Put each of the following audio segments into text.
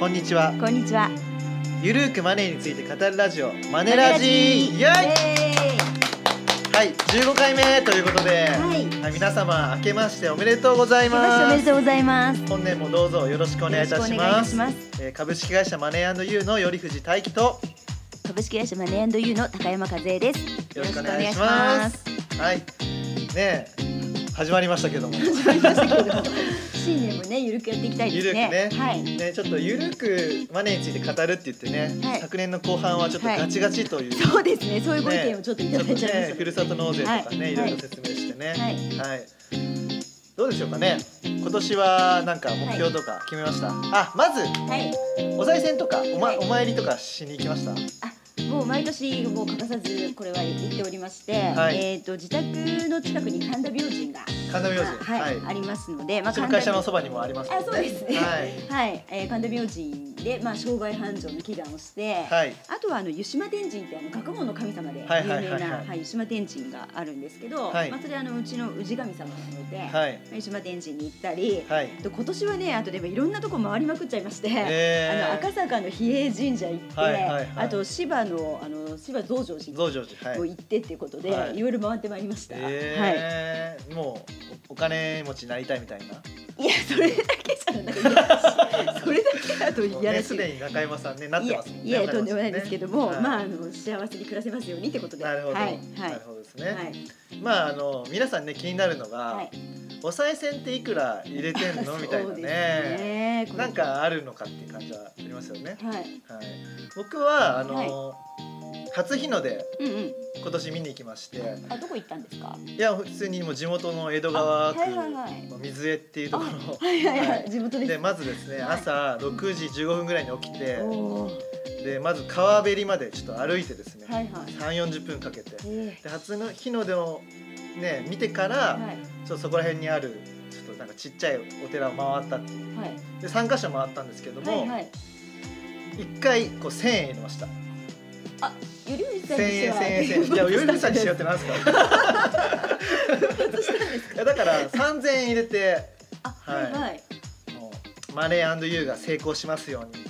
こんにちはこんにちは。ゆるーくマネーについて語るラジオマネラジーイエイはエい15回目ということで、ーイはい。はい、皆様明けましておめでとうござい明けましておまめですとうございます。本年もどうぞよろしくお願いいたしますよろしくお願いいたしえー株式会社マネーユーの頼藤大樹とます。株式会社マネーユーの高山和恵です。よろしくお願いしますよはいねえ始まりましたけどもろしくお願いします。始まりましたけど新年もね、ゆるくやっていきたいですね。ゆるくねはい。ね、ちょっとゆるくマネーについて語るって言ってね、はい昨年の後半はちょっとガチガチという、そうですね。そういうご意見ねをちょっといちたょっだといちゃいましねた。ふるさと納税とかね、、はいいろいろ説明してねははい、どうでしょうかね今年はなんか目標とか決めました、あまずはい。お賽銭とかお,、まはいお参りとかしに行きましたはあもう毎年もう欠かさずこれは言っておりまして、はいえっ、と自宅の近くに神田明神が、神田明神まあはいはいありますので、まうちの会社の神そばにもありますもんあそうですねはい田はい、えー、神田明神でまあ商売繁盛の祈願をして、はいあとはあの湯島天神ってあの学問の神様で有はいはいはいはい名なはい湯島天神があるんですけど、はいまあそれあのうちの氏神様なので、はい湯島天神に行ったり。はいで今年はねあとでもいろんなとこ回りまくっちゃいまして、えーあの赤坂の比叡神社行って、はいはいはいあと芝のあの芝増上寺増上寺をはい行ってっていうことで、はいい、ろいろ回ってまいりました、はいえーもうおお金持ちになりたいみたいないやそれだけじゃなんかいやらしいそれだけだといやねらしいすでに中山さんねなっいてやますもんねいや中と山んでさねもないですけども、はいまああの幸せに暮らせますようにってことでなるほど、はいはいなるほどですね、はいまああの皆さんね気になるのが、はいお賽銭っていくら入れて んのみたいそなうねですねなんかあるのかっていう感じはありますよね、はいはい、僕はあの、初日の出うんうん今年見に行きましてあどこ行ったんですかいや普通にもう地元の江戸川区あはいはいはいの水江っていうところはいはいははいい地元で すでまずですね朝6時15分ぐらいに起きておーでまず川べりまでちょっと歩いてですね、はいはい3四4 0分かけてえで初の日の出をね見てから、ーはいちょっとそこら辺にあるちょっとなんかちっちゃいお寺を回ったっていうはいで3か所回ったんですけどはも、いはい一回こう1000円入れましたあゆりゆりさん1000にして円は1000円1000円いや余裕さんにしようってなんですか いやだから3000円入れてあはいはいもうマネーユーが成功しますようにみ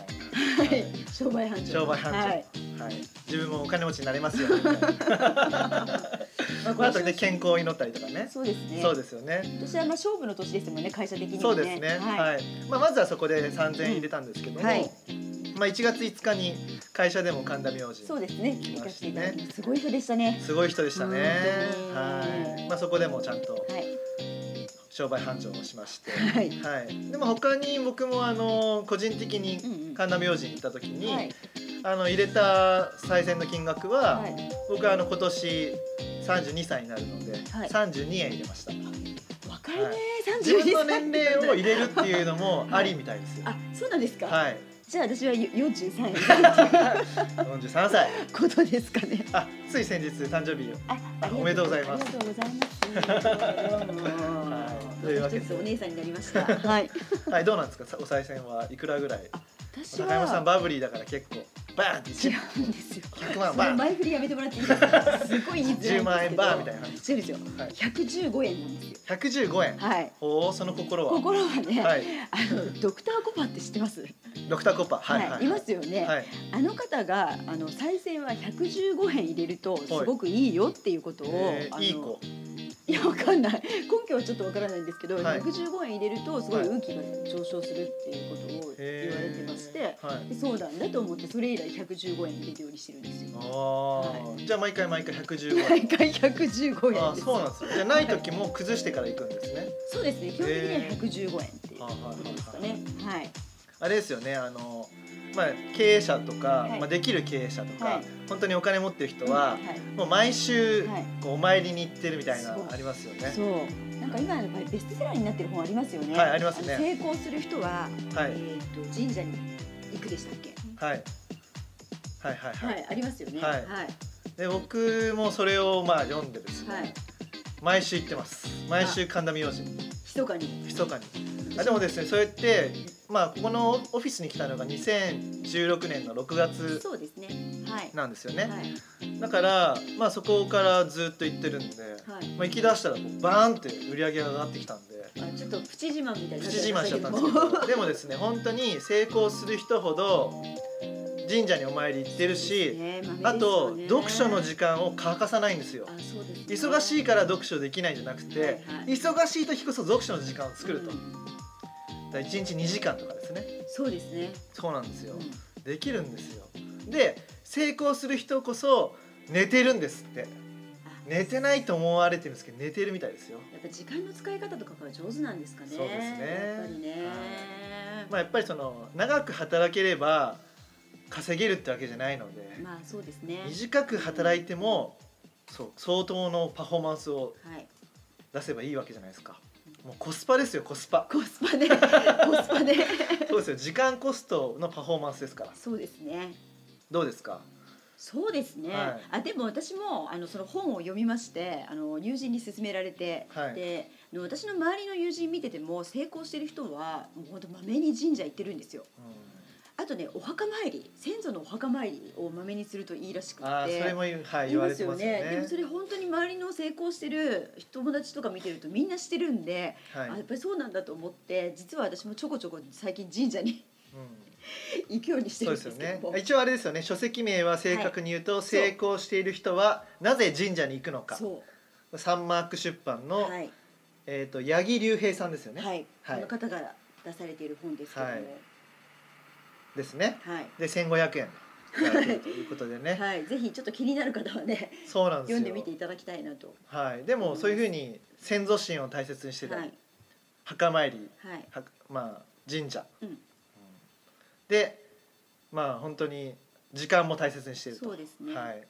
たいな、はい商売繁盛商売繁盛はいはい、自分もお金持ちになれますようにみたい なまあこまあれあとで健康を祈ったりとかねそうですねそうですよね今年はまあ勝負の年ですもんね会社的にもねそうですねははいい、まあ、まずはそこで3000円入れたんですけども、うんはいまあ、1月5日に会社でも神田明神そうですね行き行まかしせたてねいただきますごい人でしたねすごい人でしたね本当。にはい。まあそこでもちゃんとはい商売繁盛をしまして。ははいい。でも他に僕もあの個人的うんにうん神田明神に行った時に、はいあの入れた再銭の金額は、はい僕はあの今年32歳になるので、はい32円入れま した。若いねはい三自十分の年齢を入れるっていうのもありみたいですよ。あそうなんですか、はい。じゃあ私は四十三円と43歳。いうことですか ねあ、つい先日誕生日を。あありがおめでとうございますありがとうございますどう もいというわけで一つお姉さんになり ましたはいはい。どうなんですか。さお賽銭はいくらぐらい。私中山さんはバブリーだから結構バーンって一違番うんですよ100万 そのバーン前振りやめてもらっていいですかすごい言いづらいんですけど10万円バーンみたいな話違うんですよはい百十五円なんですよ115円はいほうその心は心はね、はいあのドクターコパって知ってます。ドクターコッパはいはい、はい、いますよね。はいあの方があの再生は115円入れるとすごくいいよっていうことを、えあーのいい子いやわかんない根拠はちょっとわからないんですけど、はい115円入れるとすごい運気が上昇するっていうことを言われてまして、えーはいでそうなんだと思ってそれ以来115円入れるようにしてるんですよ。あー、じゃあ毎回毎回115円 毎回115円あーです。そうなんですよじゃあない時も崩してから行くんですねそうですね。基本的には115円っていうことですかね。はい。あれですよねあのまあ経営者とか、はいまあ、できる経営者とか、はい本当にお金持ってる人は、いもう毎週はいこうお参りに行ってるみたいなそうありますよねそう。なんか今やっぱりベストセラーになってる本ありますよね。はいありますねの成功する人は、はいえーと神社に行くでしたっけ？はいはいはいはい、はい、ありますよね。はいはい。はいで僕もそれをまあ読んでですね、毎週行ってます毎週神田明神密かに。密かにあでもですねそうやってまあここのオフィスに来たのが2016年の6月そうですね。はい。なんですよはいね、。だからまあそこからずっと行ってるんで、はい。まあ、行き出したらもうバーンって売り上げが上がってきたんであちょっとプチ自慢みたプいになっチち自ゃいま慢ししちたゃっけたどんもですけどでもですね本当に成功する人ほど神社にお参り行ってるしね豆ですよねあと読書の時間を欠かさないんですよあそうですね忙しいから読書できないんじゃなくてはいはい忙しい時こそ読書の時間を作るとうんだ1日2時間とかですねそうですね、そうなんですようんできるんですよで成功する人こそ寝てるんですってあ寝てないと思われてるんですけど寝てるみたいですよやっぱ時間の使い方とかが上手なんですかねそうですねやっぱりね、まあやっぱりその長く働ければ稼げるってわけじゃないのでまあそうですね短く働いてもそう相当のパフォーマンスをはい出せばいいわけじゃないですかもうコスパですよコス パコ スパでコスパでそうですよ時間コストのパフォーマンスですからそうですねどうですかそうですね、はいあでも私もあのその本を読みましてあの友人に勧められて、はいであの私の周りの友人見てても成功してる人はもうほんとまめに神社行ってるんですようんあとねお墓参り先祖のお墓参りをまめにするといいらしくてあーそれも言うはい言い言わまれすてよますよねでもねそれ本当に周りの成功してる友達とか見てるとみんなしてるんで、はいあやっぱりそうなんだと思って実は私もちょこちょこ最近神社に うん行くようにしてそるうんでですすよけどねも。一応あれですよね書籍名は正確に言うと、い成功している人はなぜ神社に行くのかそサンマーク出版うの、はい、えー、と八木隆平さんですよね、はいはいこの方から出されている本ですけどもはいですねはい、で1500円いただけるということでね、はいぜひちょっと気になる方はねそうなんですよ読んでみていただきたいなと。はい、でもそういうふうに先祖神を大切にしてた、はい墓参りはいはまあ神社、うんでまあ本当に時間も大切にしているとそうですねはい、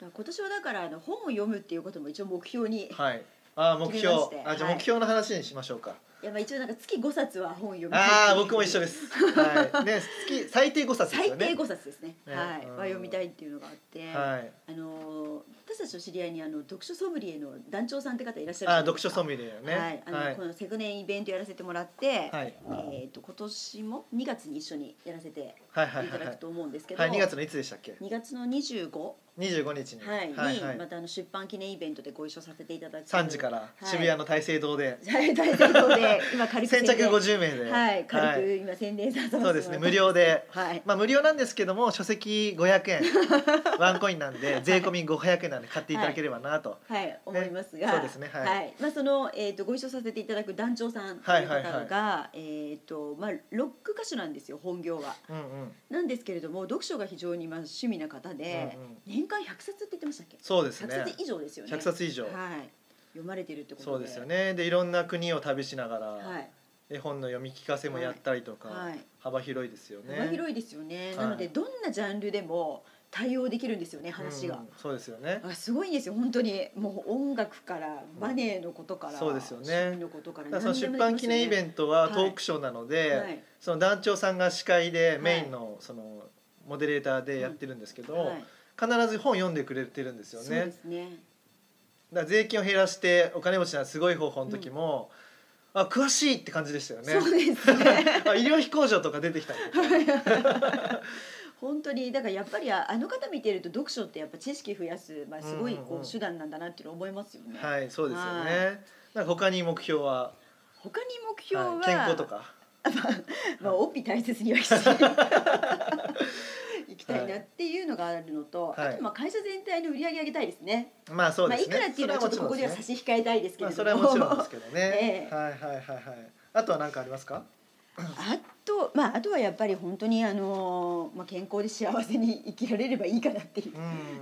今年はだからあの本を読むっていうことも一応目標に、い、はい、あー目標決めましてあじゃあはい目標の話にしましょうか、やまあ一応なんか月5冊は本を読むああ僕も一緒すです。はい。ね月最低五冊です最よね。低5冊ですね。ねはい、うんは読みたいっていうのがあって、はい。あのー私たちの知り合いにあの読書ソムリエの団長さんって方いらっしゃるあーじゃ読ないです書かソムリエよね。はい、あの、はいこ。の昨年イベントやらせてもらって、はいえっ、と今年も2月に一緒にやらせてはいいはいはたいはだくい。と思うんですけど、はい二月のいつでしたっけ？ 2月の25、二十五日に。はいにはまい。たあの出版記念イベントでご一緒させていただく三時から渋谷の大聖堂ではい大体そう で今軽く先宣着伝五十名で。はい軽いく今宣伝させてもらそっうてですね無料で。はいまあ無料なんですけども書籍500円 ワンコインなんで税込み500円なんで買っていただければなと、はい、思いますが、そうですねはいまあそのえっ、とご一緒させていただく団長さんとはいいうはいはい方が、えっ、とまあロック歌手なんですよ本業は。うんうんなんですけれども読書が非常にまあ趣味な方で、うんうん年間100冊って言ってましたっけ？そうです100ね冊以上ですよね。 100冊以上、はい。読まれてるってことで。そうですよ。ねでいろんな国を旅しながら、はい。絵本の読み聞かせもやったりとか、はい幅広いですよね。幅広いですよね。はいなのでどんなジャンルでも対応できるんですよね話が。うんそうですよね。あすごいんですよ本当にもう音楽からマネーのことから、そうですよね趣味のことからだからその出版記念イベンントははいトークショーなので、はいその団長さんが司会でいメインのそのモデレーターでやってるんですけど、はい必ず本読んでくれてるんですよそうね。ですねだから税金を減らしてお金持ちなすごい方法の時も、あ詳しいって感じでしたよね。そうですね あ医療費控除とか出てきたりとか本当にだからやっぱりああの方見てると読書ってやっぱ知識増やす、まあ、すごいうんうこんうんう手段なんだなっていうの思いますよ ね、はいそうですよはね。なんか他に目標は他に目標は、はい健康とかまあ、オピ大切にはして いきたいなっていうのがあるのと、はいあとまあ会社全体の売り上げ上げたいですねまあそうですね。まあ、いくらっていうのはちょっとここではそれはもちろんすね差し控えたいですけまれあ、そども、。れはもちろんですけどね ええはいはいはいはい。あとは何かありますか。あとまああとはやっぱり本当にあのまあ健康で幸せに生きられればいいかなっていうう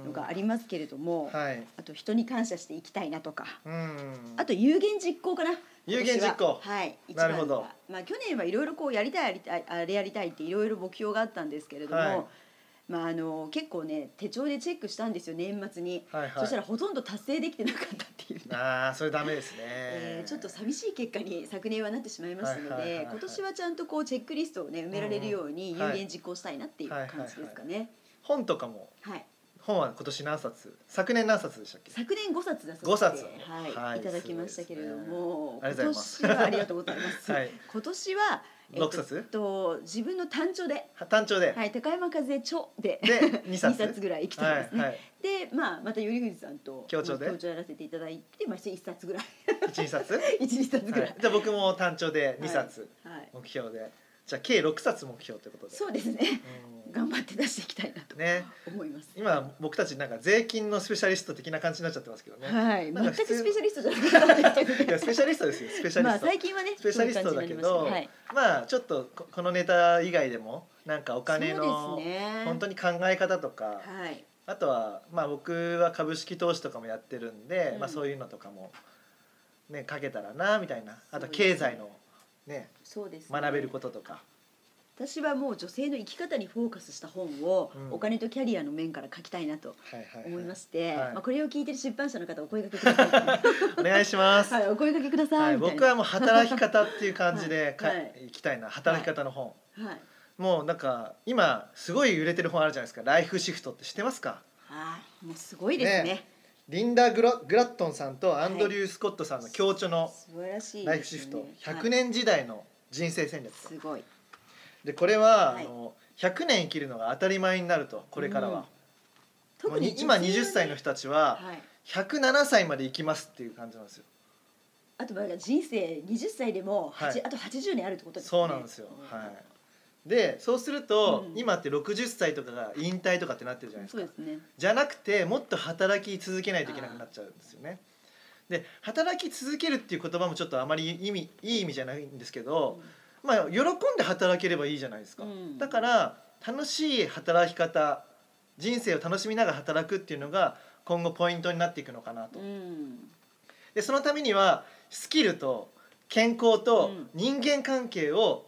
んのがありますけれども、はい。あと人に感謝していきたいなとか、うん。あと有言実行かな。有言実行今年ははい。一な番るほどはまあ去年はいろいろこうやりたいやりたいあれやりたいっていろいろ目標があったんですけれども、はいまああの結構ね手帳でチェックしたんですよ年末に。はいはい。そしたらほとんど達成できてなかったっていうね。ああ、それダメですね。えーちょっと寂しい結果に昨年はなってしまいましたので、はいはいはいはい今年はちゃんとこうチェックリストをね埋められるようにうんうん有はい言実行したいなっていう感じですかね。本とかも、はい本は今年何冊、昨年何冊でしたっけ。昨年5冊だそうで5冊はいはいい、ただきましたけれども、そうですねありがとうございます今年はありがとうございます。はい今年は六冊えっと自分の単調で、は単調で、はい、高山和恵著で で二冊2冊ぐらい来たんですね、はいはいで、まあ、また頼藤さんと協調でまあやらせていただいてまして1冊ぐらい一二冊、は一二冊ぐらい、はいい、じゃあ僕も単調で二冊はい、目標で、じゃあ計六冊目標ということでそうですねうん頑張って出していきたいなとね思います、今僕たちなんか税金のスペシャリスト的な感じになっちゃってますけどね、はいなん全かく普通スペシャリストじゃなかったですけい、やスペシャリストですよスペシどャリまあスト、最近はねスペシャリストそうだいう感じけどになりましま,、たはい、あちょっとここのネタ以外でもなんかお金そうのですね本当に考え方とか、はいあとはまあ僕は株式投資とかもやってるんで、うんまあそういうのとかもねかけたらなみたいなあとそうで経すね済のねそうです、学べることとか私はもう女性の生き方にフォーカスした本を、うんお金とキャリアの面から書きたいなとはいはい、思いまして、はいまあ、これを聞いてる出版社の方お声掛けくださいお願いします、 はいお声掛けくださはいい、みたい僕な、はもう働き方っていう感じでか、はいい、きたいな働き方の本、はいもうなんか今すごい売れてる本あるじゃないですか「ライフシフト」って知ってますかはいもうすごいですねねリンダグロ・グラットンさんとアンドリュー・スコットさんの共著の素晴らし「いライでフシすフね、ト」100はい年時代の人生戦略とすごいでこれは、はいあの100年生きるのが当たり前になるとこれからは、もうに今女性20はね歳の人たちははい107歳まで生きますっていう感じなんですよあとまあ人生20歳でも、はちはいあと80年あるってことですねそうなんですよ、はいでそうすると、うん今って60歳とかが引退とかってなってるじゃないですそうかですねじゃなくてもっと働き続けないといけなくなっちゃうんですよねで働き続けるっていう言葉もちょっとあまり意味いい意味じゃないんですけど、まあ喜んで働ければいいじゃないですか、うんだから楽しい働き方人生を楽しみながら働くっていうのが今後ポイントになっていくのかなとう、んでそのためにはスキルと健康とうん人間関係を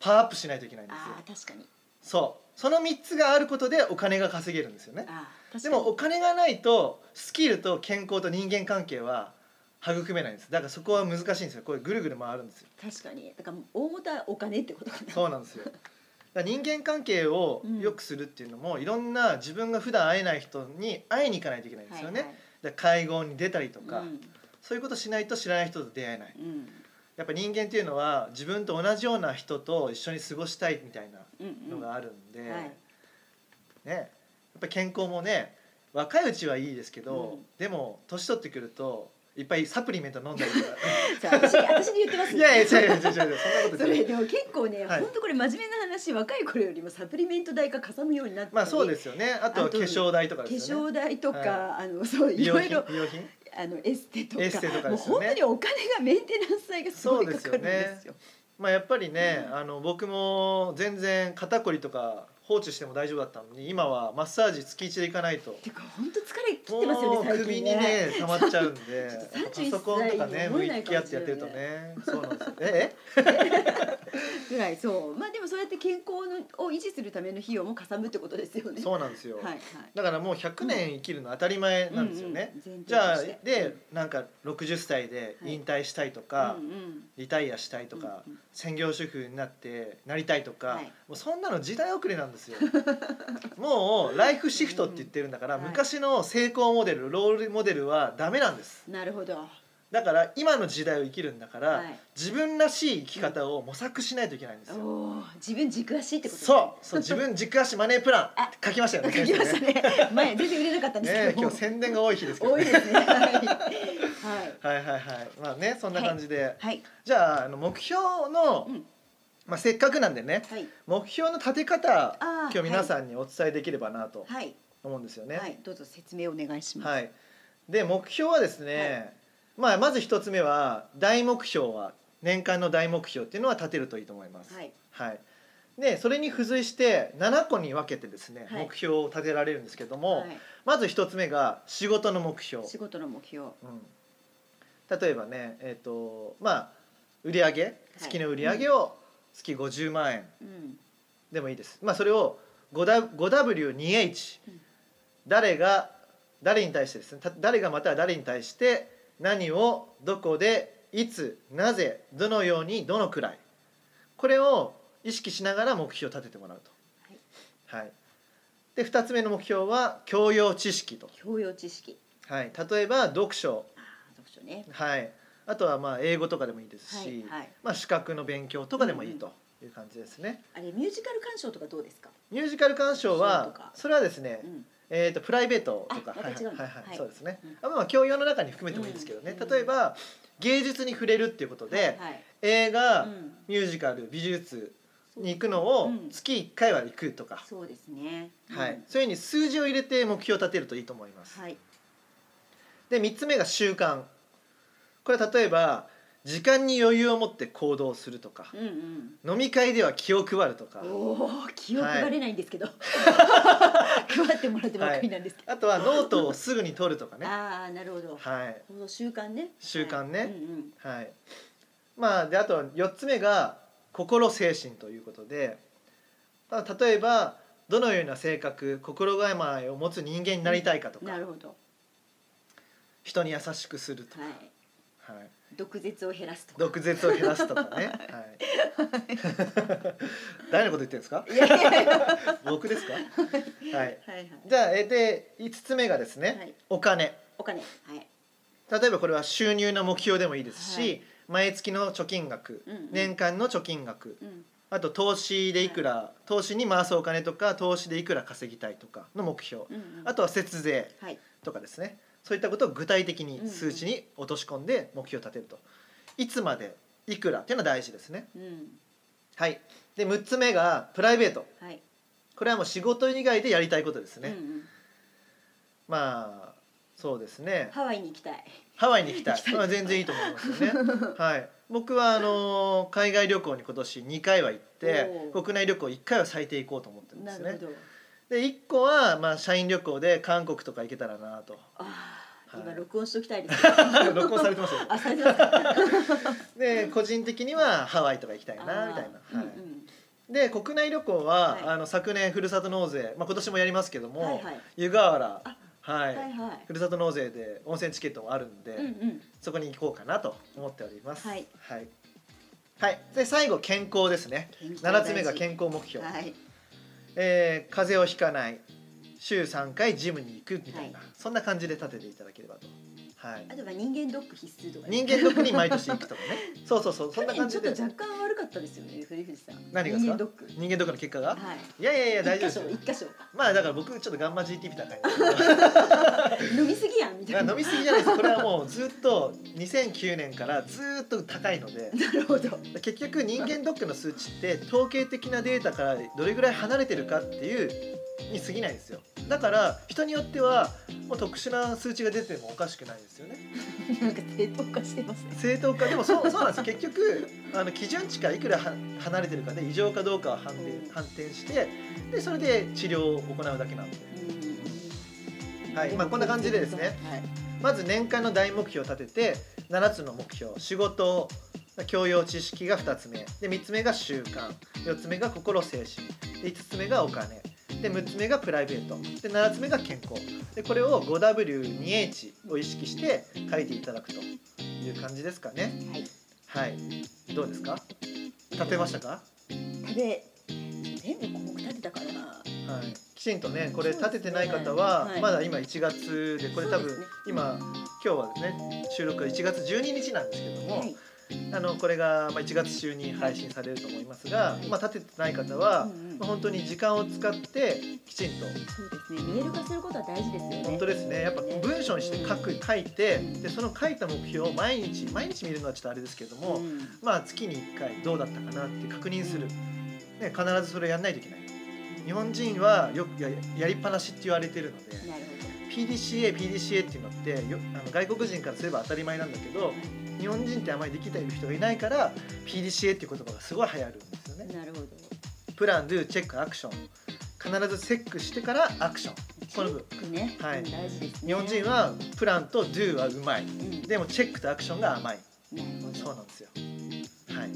パワーアップしないといけないんですよ、ああ確かにそうその3つがあることでお金が稼げるんですよねああ確かにでもお金がないとスキルと健康と人間関係は育めないんですだからそこは難しいんですよこれぐるぐる回るんですよ確かにだから大元はお金ってことかなそうなんですよだから人間関係を良くするっていうのも、いろんな自分が普段会えない人に会いに行かないといけないんですよね、はいだから会合に出たりとはか、いそういうことしないと知らない人と出会えないうんうんやっぱ人間っていうのは自分と同じような人と一緒に過ごしたいみたいなうんうのんがあるんで、うんはいねやっぱ健康もね若いうちはいいですけど、うんでも年取ってくるといっぱいサプリメント飲んだりとかさあ私私に言って ますいやいや違う違う違う違うそんなこと言ってそなれいでも結構ね、はい本当これ真面目な話若い頃よりもサプリメント代がかさむようになったり、まあそうですよねあとはあ化と粧代とか化ですよね粧代とか、あのそう美い容ろい品ろ美容品あのエステとかエステとかもでうすよね本当にお金がメンテナンス代がすごいかかるんですよ。まあやっぱりね、うんあの僕も全然肩こりとか放置しても大丈夫だったのに今はマッサージ月1で行かないとてか本当疲れ切ってますよねもう最首に近ね。ね溜まっちゃうんで ちょっと31パソコンとかね歳には思向えないき合ってやってるとねそうなんですよえぐらいそうまあでもそうやって健康のを維持するための費用もかさむってことですよえね。そうなんですよ、はいはい。だからもう100年生きるの当たり前なんですよね、うんうんじゃあ前提としてでなんか60歳で引退したいとか、うんうんリタイアしたいとか、うんうん専業主婦になってなりたいとか、はいもうそんなの時代遅れなん ですよもうライフシフトって言ってるんだから、うんはい昔の成功モデルロールモデルはダメなんですなるほど。だから今の時代を生きるんだから、はい自分らしい生き方を模索しないといけないんですよ、おお自分軸足ってことですね。そうそう自分軸足マネープランあ書きましたよね書きましたねね。前全然売れなかったんですねけど。今日宣伝が多い日ですけど多いねですね。はい。はい。はいはいはいまあねそんな感じで、はい。じゃああの目標の、うんまあ、せっかくなんでねはい。目標の立て方あ今ー日皆さんにお伝えできればなとはい。思うんですよね。はい。どうぞ説明お願いします。はいで目標はですね、まあ、まず一つ目は大目標は年間の大目標っていうのは立てるといいと思います。はい。はいでそれに付随して7個に分けてですね、はい目標を立てられるんですけども、はいまず一つ目が仕事の目標、仕事の目標。うん、例えばねえっ、とまあ売り上げ月の売り上げを月50万円うん。でもいいです、まあ、それを 5W2H うん誰が誰に対してですねた誰がまたは誰に対して何をどこでいつなぜどのようにどのくらいこれを意識しながら目標を立ててもらうと。はい、で2つ目の目標は教養知識と、教養知識。はい、例えば読書、ああ、読書ね。はい、あとはまあ英語とかでもいいですはし、い。はい。まあ、資格の勉強とかでもいいという感じですねあれミュージカル鑑賞とかどうですか？ミュージカル鑑賞そうはとかそれはですね、うん、えー、とプライベートとかあまた違うのはいはいはいはいそうですねうん、あまあ教養の中に含めてもいいんですけどね、うん例えば芸術に触れるっていうことで、はい映画、うんミュージカル美術に行くのうをん月1回は行くとか、そうですね。はういん、そういうふうに数字を入れて目標を立てるといいと思います、はい。で3つ目が習慣これは例えば時間に余裕を持って行動するとか、うん飲み会では気を配るとかうん。おお気を配れないんで すけど、配ってもらってばっかりなんですけど。あとはノートをすぐに取るとかねああなるほど。はいこの習慣ね。習慣ねはいうんうんはい、まあであと4つ目が心精神ということでまあ例えばどのような性格心構えを持つ人間になりたいかとか、なるほど。人に優しくするとか、はい。はい、毒舌を減らすとか。毒舌を減らす とかね、はい、誰のこと言ってるんですかいやいやいや僕ですかはいはいはい。じゃあえで5つ目がですね、はいお金お金はい。例えばこれは収入の目標でもいいですし、はい毎月の貯金額、うんうん年間の貯金額、うんあと投資でいくら、投資に回すお金とか投資でいくら稼ぎたいとかの目標、うんうん。あとは節税はい。とかですねそういったことを具体的うんうにん数値に落とし込んで目標を立てると、いつまでいくらっていうのは大事ですねうんはいで6つ目がプライベートはい。これはもう仕事以外でやりたいことですね、うんうん。まあそうですねハワイに行きたい。ハワイに行きたいまあ、全然いいと思いますよね はい僕はあの海外旅行に今年2回は行っておー国内旅行1回は最低行こうと思ってるんでなするねほど。で一個はまあ社員旅行で韓国とか行けたらな とああは今い録音しときたいで すけど。録音されてますよあ最初ですか。で個人的にはハワイとか行きたいなみたいな、あーはいうんうんで国内旅行は、はいあの昨年ふるさと納税、まあ、今年もやりますけども、はいはい湯河原あはい、はいはい。ふるさと納税で温泉チケットもあるんで、うん うん。そこに行こうかなと思っておりますはいはいはいで最後健康ですね健康7つ目が大事健康目標、はい。えー風邪をひかない週3回ジムに行くみたいな、はそんな感じで立てていただければと、はいあ、とは人間ドック必須とかね、人間ドックに毎年行く とかねそうそうそうそんな感去じで年ちょっと若干悪かったですよね、藤藤さん。何がですか人間ドック。人間ドックの結果がはいい。やいやいや大丈夫ですよ一箇所一まあだから僕ちょっとガンマ GT みたい な感箇所。飲みすぎやんみじたいまあな。飲みすぎじゃないですこれはもうずっと2009年からずっと高いのでなるほど。結局人間ドックの数値って統計的なデータからどれぐらい離れてるかっていうに過ぎないんですよだから人によってはもう特殊な数値が出てもおかしくないですよねなんか正当化してますね。正当化でもそうそうなんですよ結局あの基準値からいくらは離れてるかで異常かどうかを判定,、うん判定してでそれで治療を行うだけなんでうんはいまあこんな感じでですね。はい。まず年間の大目標を立てて7つの目標仕事教養知識が2つ目で3つ目が習慣4つ目が心精神で5つ目がお金で6つ目がプライベートで7つ目が健康でこれを 5W2H を意識して書いていただくという感じですかね。ははい。い。どうですか？立てましたか？食べ全部項目立てたから。はい。きちんとね、これ立ててない方は、そうですねはいまだ今1月でこれ多そうで分、すね今今日はですね収録は1月12日なんですけども、はい。あのこれがまあ1月中に配信されると思いますが、はいまあ立ててない方はう。んうんまあ本当に時間を使ってきちんとそうですね。見える化することは大事ですよね。本当ですねやっぱ文章にして書く書いてでその書いた目標を毎日毎日見るのはちょっとあれですけども、うんまあ月に1回どうだったかなって確認する、ね、必ずそれをやんないといけない日本人はよくややりっぱなしって言われてるのでなる PDCA、PDCA っていうのってよあの外国人からすれば当たり前なんだけほど日本人ってあまりできている人がいないから PDCA っていう言葉がすごい流行るんですよど。ねなるほど。プラン、ドゥ、チェック、アクション必ずチェックしてからアクションこの部分チェックね。はいうん大事ですね。日本人はプランとドゥはうまいうん。でもチェックとアクションが甘いなるほど。そうなんですよ。はい。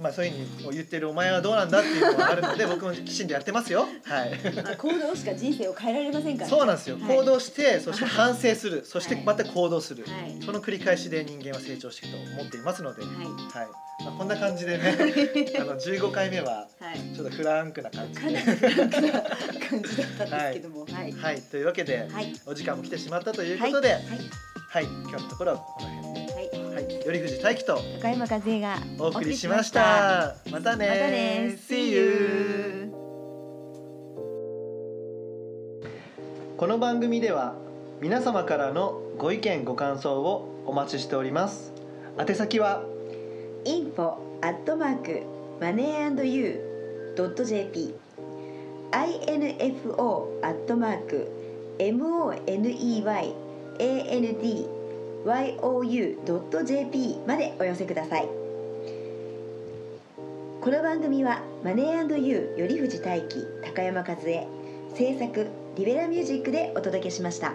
まあそういうふうにこう言ってるお前はどうなんだっていうのがあるの で僕もきちんとやってますよ。はい。まあ行動しか人生を変えられませんから、そうなんですよ。はい行動してそして反省するそしてはいまた行動する、はいその繰り返しで人間は成長していくと思っていますので、はい。は。まあこんな感じでねあの15回目はいはい。ちょっとフランクな感じかなでり。フランクな感じだったんですけども、はい。 はい、というわけで、はい。お時間も来てしまったといとうことで、ははいい、はい。今日のところはこの辺で。ははいい頼藤大樹と高山和恵がお送りしました。またねまたね See you! この番組では皆様からのご意見ご感想をお待ちしております宛先は info at mark moneyandyou.jp info at mark moneyandyou.jp までお寄せくださいこの番組はマネーユー頼藤大輝高山和恵制作リベラミュージックでお届けしました。